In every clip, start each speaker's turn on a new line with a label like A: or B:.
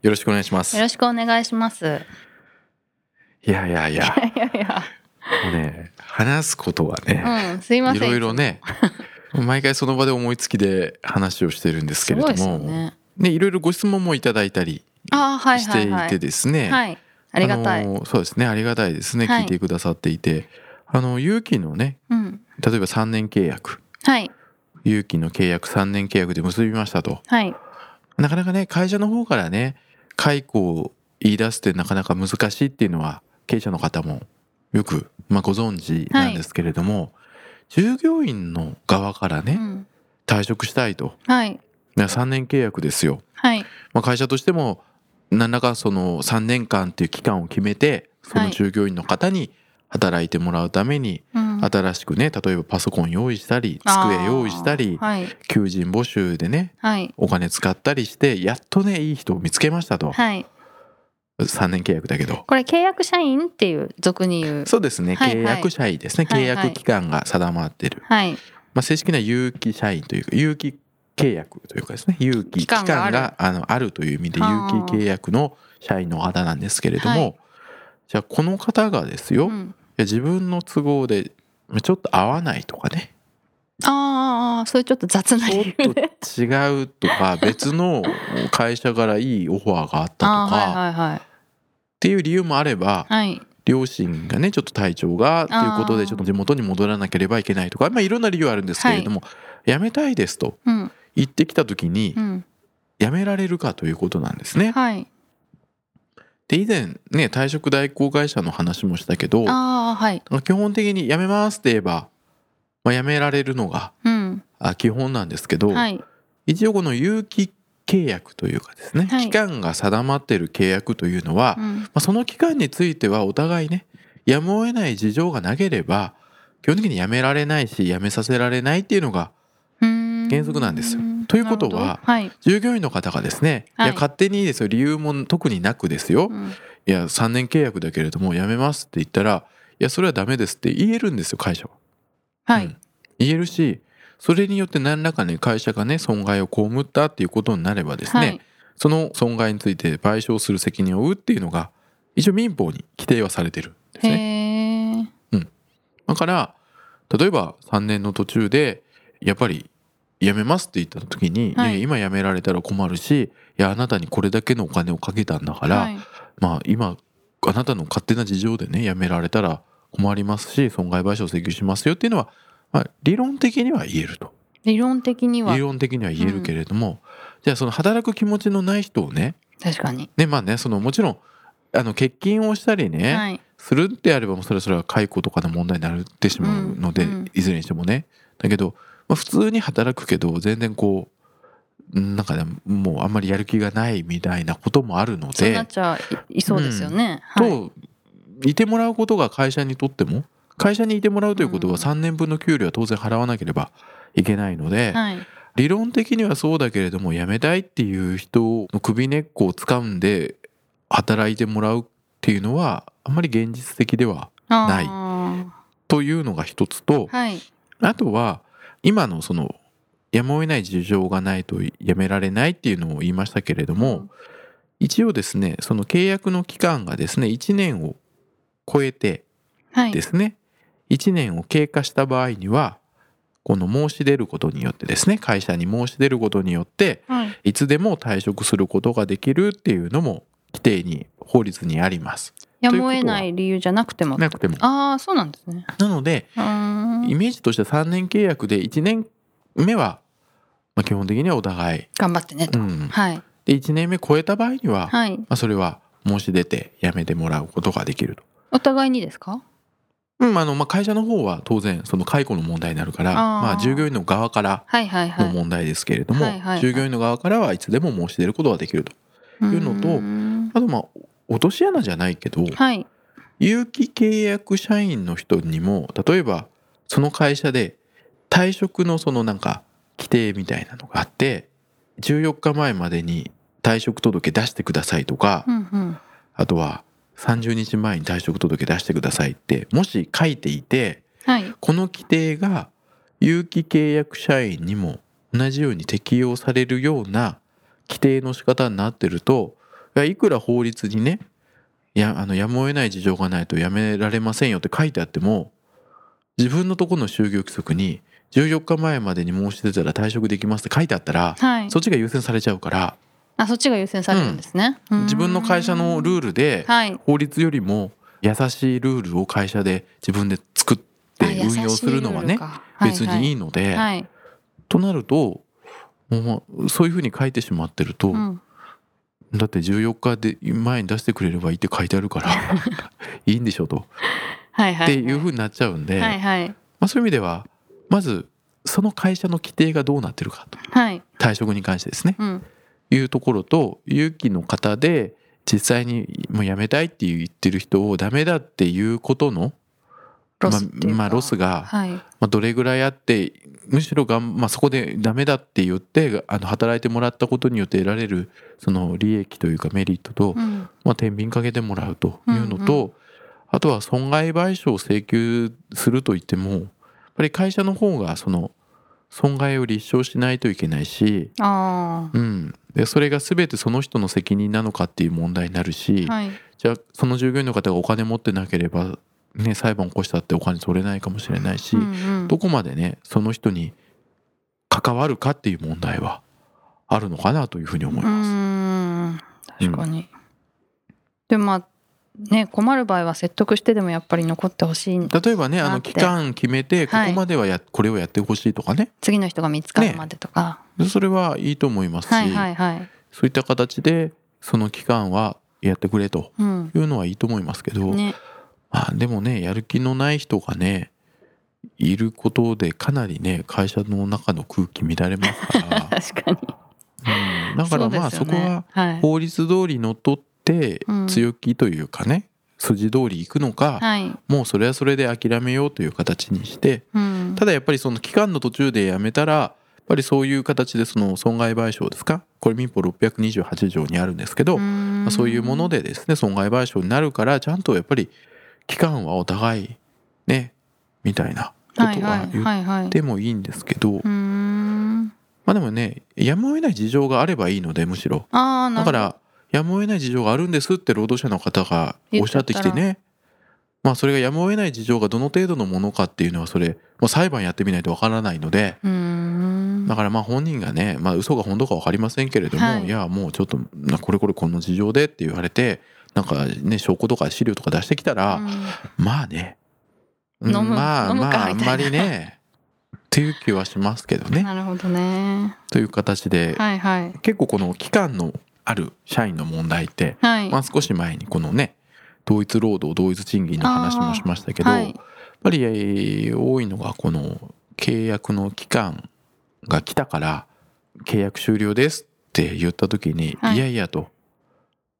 A: よろしくお願いします
B: よろしくお願いします
A: いやいやいや
B: いやいや
A: もうね話すことはね、
B: うんすいませ
A: い
B: ん
A: ろいろね毎回その場で思いつきで話をしてるんですけ
B: す
A: れ
B: ご
A: ど
B: いです
A: も
B: よね
A: ねいろいろご質問もいただいたり
B: ああはい
A: し
B: は
A: て
B: い
A: い
B: は
A: て
B: い
A: ですね、
B: はいありがたい、
A: あのそうですねありがたいですね、
B: はい
A: 聞いてくださっていてあの有期のね
B: うん
A: 例えば3年契約
B: はい
A: 有期の契約3年契約で結びましたと
B: はい
A: なかなかね会社の方からね解雇を言い出すってなかなか難しいっていうのは経営者の方もよく、まあ、ご存知なんですけれども、従業員の側から
B: う
A: ね
B: ん
A: 退職したいと
B: はい
A: 3年契約ですよ、
B: はい
A: まあ、会社としても何らかその3年間っていう期間を決めてそ
B: は
A: の
B: い
A: 従業員の方に働いてもらうために
B: うん
A: 新しくね例えばパソコン用意したり
B: あー
A: 机用意したり
B: はい
A: 求人募集でね
B: はい
A: お金使ったりしてやっとねいい人を見つけましたと
B: はい
A: 3年契約だけど
B: これ契約社員っていう俗に言う
A: そうですね
B: はい
A: 契約社員ですね
B: はい
A: 契約期間が定まってる
B: はい
A: まあ正式な有期社員というか有期契約というかですね有
B: 期
A: 期期
B: 間
A: 間
B: がある
A: があのあるという意味で有
B: はあ
A: 期契約の社員の方なんですけれど
B: は
A: もじゃあこの方がですよ
B: う
A: い
B: ん
A: や自分の都合でまあちょっと合わないとかね
B: ああああそういうちょっと雑な
A: ちょ
B: 理由
A: っ
B: で
A: と違うと か別の会社からいいオファーがあったと
B: ああ
A: かっ
B: はいはい
A: ていう理由もあれ
B: は
A: ば
B: いはい
A: 両親がねちょっと体調がっていうこと
B: あー
A: でちょっと地元に戻らなければいけないとかまあいろんな理由はあるんですけれども辞めたいですと
B: うん
A: 言ってきた時に
B: うん
A: 辞められるかということなんですね。
B: はい
A: で以前ね退職代行会社の話もしたけど
B: ああはい
A: 基本的に辞めますって言えば、まあ、辞められるのが
B: うん
A: あ基本なんですけど、
B: はい
A: 一応この有期契約というかですね、
B: はい
A: 期間が定まっている契約というのは、
B: う
A: ま
B: ん
A: あ、その期間についてはお互いねやむを得ない事情がなければ基本的に辞められないし辞めさせられないっていうのが
B: うーん
A: 原則なんですよということは
B: なるほどはい
A: 従業員の方がですね、
B: はい
A: い、や勝手にいいですよ理由も特になくですよ、
B: うん
A: いや3年契約だけれども辞めますって言ったらいやそれはダメですって言えるんですよ会社は。
B: は
A: う
B: い
A: ん言えるしそれによって何らかね会社がね損害を被ったっていうことになればですね、
B: はい
A: その損害について賠償する責任を負うっていうのが一応民法に規定はされてるんです
B: へ
A: ね。
B: え
A: だから例えば3年の途中でやっぱり辞めますって言った時に、
B: はい
A: いや今辞められたら困るしいやあなたにこれだけのお金をかけたんだから、
B: はい
A: まあ今あなたの勝手な事情でね辞められたら困りますし損害賠償請求しますよっていうのは、まあ、理論的には言えると。
B: 理論的には
A: 理論的には言えるけれども、じゃあその働く気持ちのない人をね
B: 確かに
A: ねまあねそのもちろんあの欠勤をしたりね、
B: はい
A: するってあればもうそれはそれは解雇とかの問題になってしまうので、
B: うんうん
A: いずれにしてもねだけど、まあ、普通に働くけど全然こううんなんかねもうあんまりやる気がないみたいなこともあるの
B: そうなっ
A: で
B: ちゃいいそうですよねはい
A: といてもらうことが会社にとっても会社にいてもらうということ
B: うん
A: は3年分の給料は当然払わなければいけないので、
B: はい
A: 理論的にはそうだけれども辞めたいっていう人の首根っこを掴んで働いてもらうっていうのはあんまり現実的ではない
B: あ
A: というのが一つと
B: ーはい
A: あとは今のそのやむを得ない事情がないと辞められないっていうのを言いましたけれども一応ですねその契約の期間がですね1年を超えて
B: はい
A: ですね1年を経過した場合にはこの申し出ることによってですね会社に申し出ることによって
B: はい
A: いつでも退職することができるっていうのも規定に法律にあります。
B: やむを得ない理由じゃなくても
A: なくても。
B: ああそうなんですね
A: なので
B: うーん
A: イメージとしては3年契約で1年目は、まあ、基本的にはお互い、
B: 頑張ってねと
A: うん、
B: はい
A: で1年目超えた場合には、ま
B: はい
A: あ、それは申し出て辞めてもらうことができると。
B: お互いにですか
A: うん、あのまあ会社の方は当然その解雇の問題になるから
B: あー
A: まあ、従業員の側から
B: はいはいは
A: の
B: い
A: 問題ですけれども、
B: はいはいはい
A: 従業員の側からはいつでも申し出ることができ
B: と
A: いうのとあとまあ落とし穴じゃないけど
B: はい。
A: 有期契約社員の人にも例えばその会社で退職のそのなんか規定みたいなのがあって14日前までに退職届出してくださいとか、
B: うんうん。
A: あとは30日前に退職届出してくださいってもし書いていて
B: はい。
A: この規定が有期契約社員にも同じように適用されるような規定の仕方になってるといやいくら法律にねやあのやむを得ない事情がないとやめられませんよって書いてあっても自分のとこの就業規則に14日前までに申し出たら退職できますって書いてあったら
B: はい。
A: そっちが優先されちゃうから
B: あ、そっちが優先されるんですね。うーん
A: 自分の会社のルールで
B: はい。
A: 法律よりも優しいルールを会社で自分で作って
B: あ
A: 運用するのはね、別にい
B: い
A: いので、
B: ルールかはいはい。
A: となるともうまあそういうふうに書いてしまってると、
B: はいうん
A: だって14日で前に出してくれればいいって書いてあるから いいんでしょと、
B: はいはい。
A: っていうふうになっちゃうんで、
B: はいはい。
A: まあ、そういう意味ではまずその会社の規定がどうなってるかと
B: はい。
A: 退職に関してですね
B: うん。
A: いうところと勇気の方で実際にもうやめたいって言ってる人をダメだっていうことの
B: ロスっていうか
A: ままあ、ロスが、
B: はい。
A: まあ、どれぐらいあってむしろがん、まあ、そこでダメだって言ってあの働いてもらったことによって得られるその利益というかメリットと、
B: うん
A: まあ、天秤かけてもらうというのと、
B: うんう
A: あとは損害賠償を請求するといってもやっぱり会社の方がその損害を立証しないといけないし、
B: あ
A: うん、でそれが全てその人の責任なのかっていう問題になるし、
B: あ。はい。
A: じゃあその従業員の方がお金持ってなければ、ね、裁判起こしたってお金取れないかもしれないし、
B: うんうん
A: どこまでねその人に関わるかっていう問題はあるのかなというふうに思いうます。
B: ーん確かに、でもまあね困る場合は説得してでもやっぱり残ってほしい
A: 例えばねあ
B: だっ
A: の
B: て
A: 期間決めてこ
B: はい
A: こまではや、これをやってほしいとかね
B: 次の人が見つかるまでとか、
A: それはいいと思いますし、
B: はいはいはい
A: そういった形でその期間はやってくれと
B: うん
A: いうのはいいと思いますけど、
B: ね
A: まあでもねやる気のない人がねいることでかなりね会社の中の空気乱れますか
B: 確
A: ら、
B: かに
A: うん、だからまあ
B: う
A: そ
B: です
A: こ
B: よね
A: は
B: はい、
A: 法律通りのっとって
B: うん
A: 強気というかね、筋通り行くのか、
B: はい
A: もうそれはそれで諦めようという形にして
B: うん、
A: ただやっぱりその期間の途中でやめたらやっぱりそういう形でその損害賠償ですかこれ民法628条にあるんですけど、まあそういうもの
B: で
A: でですね損害賠償になるからちゃんとやっぱり期間はお互いねみたいなこと
B: はいは
A: はい言っ
B: はいはい
A: てもいいんですけど
B: うーん
A: まあでもねやむを得ない事情があればいいのでむしろ
B: ああな
A: だ
B: るほど
A: からやむを得ない事情があるんですって労働者の方がおっしゃってきて
B: 言
A: ねまあそれがやむを得ない事情がどの程度のものかっていうのはそれ、まあ、裁判やってみないとわからないので
B: うーん
A: だからまあ本人がねまあ嘘が本当か分かりませんけれども、
B: はい
A: い、やもうちょっとなこれこれこの事情でって言われてなんかね証拠とか資料とか出してきたら、まあねうん
B: 飲む
A: まあ
B: 飲むか
A: まあ
B: み
A: あん
B: たいな
A: まりねっていう気はしますけど
B: うん
A: ね
B: なるほどね
A: という形で、
B: はいはい
A: 結構この期間のある社員の問題って
B: はい、
A: まあ、少し前にこのね同一労働同一賃金の話もしましたけど、
B: はい
A: やっぱりえー多いのがこの契約の期間が来たから契約終了ですって言った時に、
B: はい
A: い、やいやとい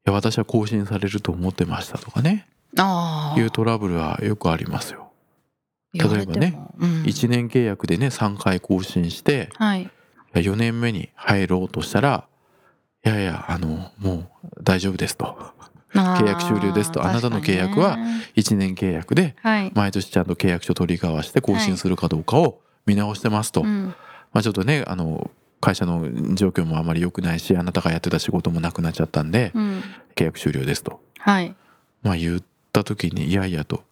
A: や私は更新されると思ってましたとかね
B: ああ
A: いうトラブルはよくありますよ。
B: 言われ
A: 例えばね
B: ても、うん
A: 1年契約でね3回更新して
B: はい
A: 4年目に入ろうとしたらいやいやあのもう大丈夫ですと
B: 契
A: 契約終了ですとあなたの契約は1年契約で
B: はい、
A: 毎年ちゃんと契約書取り交わして更新するかどうかを見直してますと、
B: うん
A: まあ、ちょっとねあの会社の状況もあまり良くないしあなたがやってた仕事もなくなっちゃったんで
B: うん、
A: 契約終了ですと、
B: はい
A: まあ、言った時にいやいやと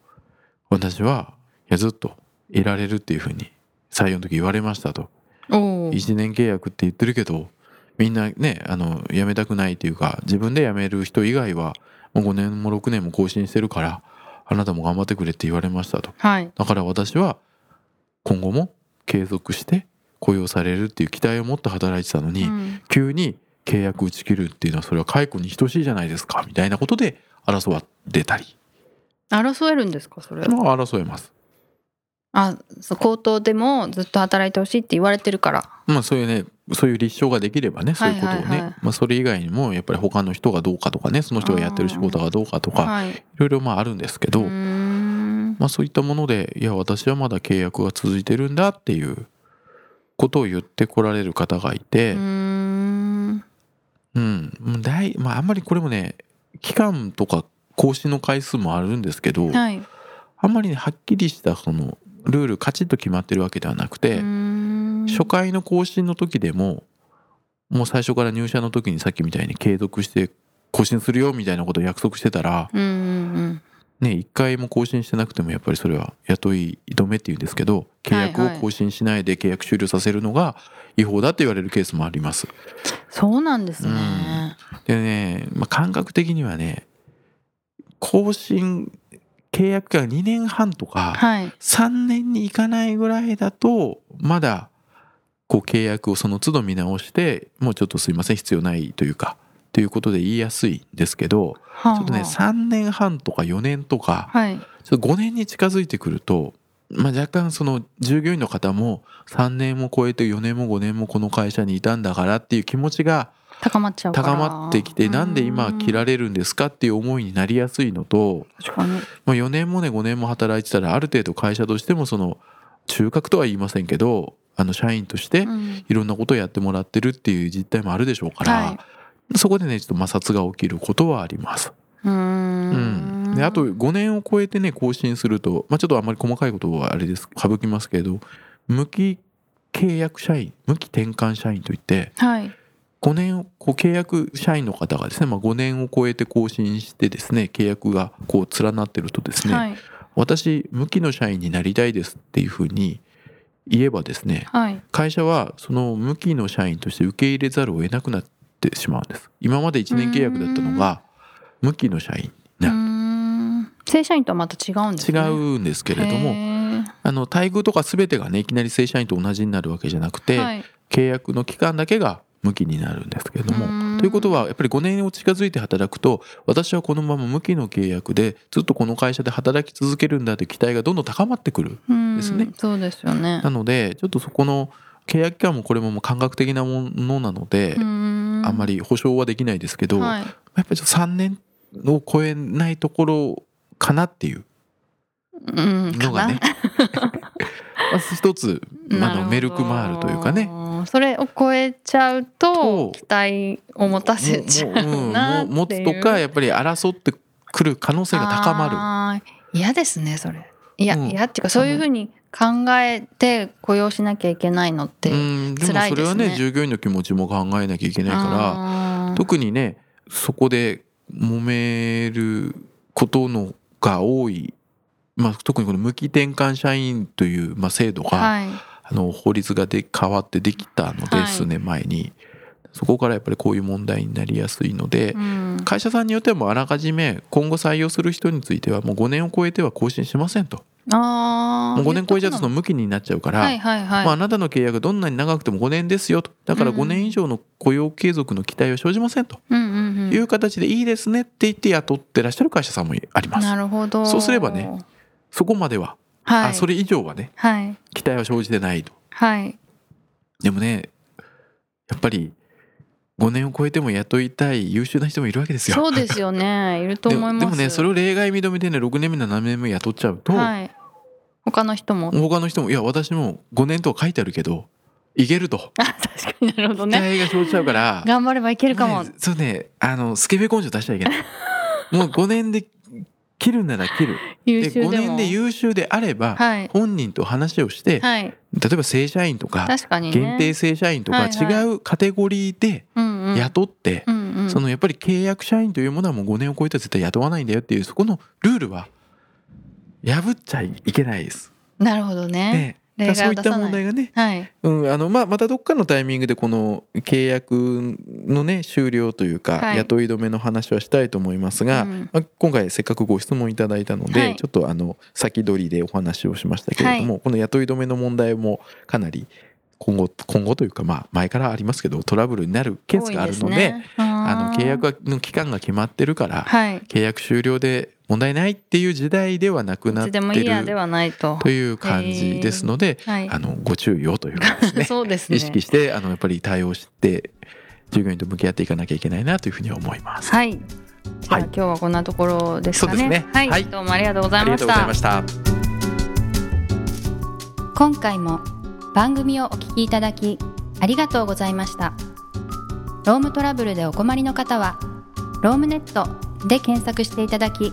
A: 私はいやずっといられるっていうふうに採用の時言われましたと
B: おお
A: 1年契約って言ってるけどみんなねあの辞めたくないっていうか自分で辞める人以外はもう5年も6年も更新してるからあなたも頑張ってくれって言われましたと。
B: はい
A: だから私は今後も継続して雇用されるっていう期待を持って働いてたのに、
B: うん
A: 急に契約打ち切るっていうのはそれは解雇に等しいじゃないですかみたいなことで争われたり、
B: 争えるんですかそれ
A: まあ、争えます
B: あそう口頭でもずっと働いてほしいって言われてるから
A: まあそういうねそういう立証ができればねそういうことをね、
B: はいはいはい
A: まあ、それ以外にもやっぱり他の人がどうかとかねその人がやってる仕事がどうかとか
B: はい
A: いろいろまああるんですけど、
B: うーん
A: まあ、そういったものでいや私はまだ契約が続いてるんだっていうことを言ってこられる方がいうて
B: ー、ん
A: うんうんだいまあ、あんまりこれもね期間とか更新の回数もあるんですけど、
B: はいで
A: あんまりねはっきりしたそのルールカチッと決まってるわけではなくて、初回の更新の時でももう最初から入社の時にさっきみたいに継続して更新するよみたいなことを約束してたら、
B: うんうん
A: ね、1回も更新してなくてもやっぱりそれは雇い止めっていうんですけど契約
B: は
A: を
B: いはい
A: 更新しないで契約終了させるのが違法だって言われるケースもあります。
B: うんそうなんですね
A: でね、まあ、感覚的にはね更新契約が2年半とか、
B: はい
A: 3年に行かないぐらいだとまだこう契約をその都度見直してもうちょっとすいません必要ないというかということで言いやすいんですけど
B: はあ
A: ちょっとね
B: はあ
A: 3年半とか4年とか
B: はい
A: ちょっと5年に近づいてくると、まあ、若干その従業員の方も3年も超えて4年も5年もこの会社にいたんだからっていう気持ちが
B: 高まっちゃうから
A: 高まってきてなんで今切ら
B: れ
A: れるんですかっていう思いになりやすいのと
B: 確かに
A: まあ、4年もね5年も働いてたらある程度会社としてもその中核とは言いませんけどあの社員として
B: うん
A: いろんなことをやってもらってるっていう実態もあるでしょうから、
B: はい
A: そこでねちょっと摩擦が起きることはあります。
B: うー
A: うん、
B: ん
A: であと5年を超えてね更新すると、まあ、ちょっとあんまり細かいことはあれです省きますけど無期契約社員無期転換社員といって
B: はい
A: 5年をこう契約社員の方がですね、まあ、5年を超えて更新してですね契約がこう連なってるとですね、
B: はい
A: 私無期の社員になりたいですっていうふうに言えばですね
B: はい
A: 会社はその無期の社員として受け入れざるを得なくなってしまうんです今まで1年契約だったのが無期の社員
B: う
A: ね
B: ーん正社員とはまた違うんです
A: 違
B: ね
A: うんですけれども
B: も
A: あの待遇とか全てがねいきなり正社員と同じになるわけじゃなくて、
B: はい
A: 契約の期間だけが無期になるんですけれども、
B: うん
A: ということはやっぱり5年を近づいて働くと私はこのまま無期の契約でずっとこの会社で働き続けるんだという期待がどんどん高まってくる
B: うん
A: ですね
B: そうですよね
A: なのでちょっとそこの契約期間もこれももう感覚的なものなので、あ
B: あ
A: んまり保証はできないですけど、
B: はい、
A: やっぱりちょっと3年を超えないところかなっていう
B: うん
A: のがね まず一つあのメルクマールというかね。
B: ねそれを超えちゃうと
A: と
B: 期待を持たせちゃうなっ
A: もう
B: てい
A: ん
B: う
A: もう持つとかやっぱり争ってくる可能性が高ま
B: まる嫌ですねそれいや、
A: うん
B: 嫌っていうかそういうふうに考えて雇用しなきゃいけないのって
A: る。うんでも
B: 辛い
A: それはね
B: ですね
A: 従業員の気持ちも考えなきゃいけないから。
B: あー
A: 特にねそこで揉めることのが多い、まあ、特にこの無期転換社員という、まあ、制度が、
B: はい
A: あの法律がで変わってできたので、
B: はい
A: 数年前にそこからやっぱりこういう問題になりやすいので、
B: うん
A: 会社さんによってはもうあらかじめ今後採用する人についてはもう5年を超えては更新しませんと
B: あ
A: もう5年超えちゃうとその
B: の
A: 無期になっちゃうから、
B: はいはいはい、
A: まあ、あなたの契約どんなに長くても5年ですよとだから5
B: うん
A: 年以上の雇用継続の期待は生じませんと。
B: うんうんうん
A: いう形でいいですねって言って雇ってらっしゃる会社さんもあります
B: なるほど
A: そうすればねそこまで
B: は
A: は、
B: い
A: あそれ以上はね
B: はい
A: 期待は生じてないと
B: はい
A: でもねやっぱり5年を超えても雇いたい優秀な人もいるわけですよ
B: そうですよねいると思います
A: でもでもねそれを例外認めてね6年目7年目雇っちゃうと、
B: はい、他の人も
A: 他の人もいや私も5年とは書いてあるけどいけると
B: あ 確かになるほど
A: 期
B: ね
A: 待が生じちゃうから
B: 頑張ればいけるかも、
A: ねそうねあのスケベ根性出しちゃいけない もう5年で切るなら切る
B: 優
A: で
B: 秀で
A: 5
B: も
A: 年で優秀であれば、
B: はい
A: 本人と話をして、
B: はい
A: 例えば正社員とか
B: 確かにね
A: 限定正社員とか
B: はいはい
A: 違うカテゴリーで
B: うんうん
A: 雇って、
B: うんうん、
A: そのやっぱり契約社員というものはもう5年を超えたら絶対雇わないんだよっていうそこのルールは破っちゃいけないです。
B: なるほどね
A: ね、だからそういっ
B: 例外
A: た
B: を出さない
A: 問題がね、
B: はい
A: うんあのまあ、またどっかのタイミングでこの契約のね終了というか、
B: はい
A: 雇い止めの話はしたいと思いますが、
B: うん
A: まあ、今回せっかくご質問いただいたので、
B: はい
A: ちょっとあの先取りでお話をしましたけれども、この雇い止めの問題もかなり今後今後というかまあ前からありますけどトラブルになるケースがある
B: 多
A: ので
B: いすね
A: あの
B: あー
A: 契約の期間が決まってるから、
B: はい
A: 契約終了で問題ないっていう時代ではなく
B: い
A: なっ
B: つ
A: て
B: でもいいやで
A: る
B: はないと。
A: という感じですので、
B: はい。
A: あのご注意をということですね
B: そうですね。
A: 意識してあのやっぱり対応して従業員と向き合っていかなきゃいけないなというふうに思います。
B: はい。じゃあ、
A: はい
B: 今日はこんなところですかね。
A: そうですね
B: はい、
A: はい
B: どうもありがとうござ
A: あ
B: い
A: り
B: まし
A: がとうござい
B: た
A: ま。した。
C: 今回も番組をお聞きいただきありがとうございましたロームトラブルでお困りの方は「ロームネット」で検索していただき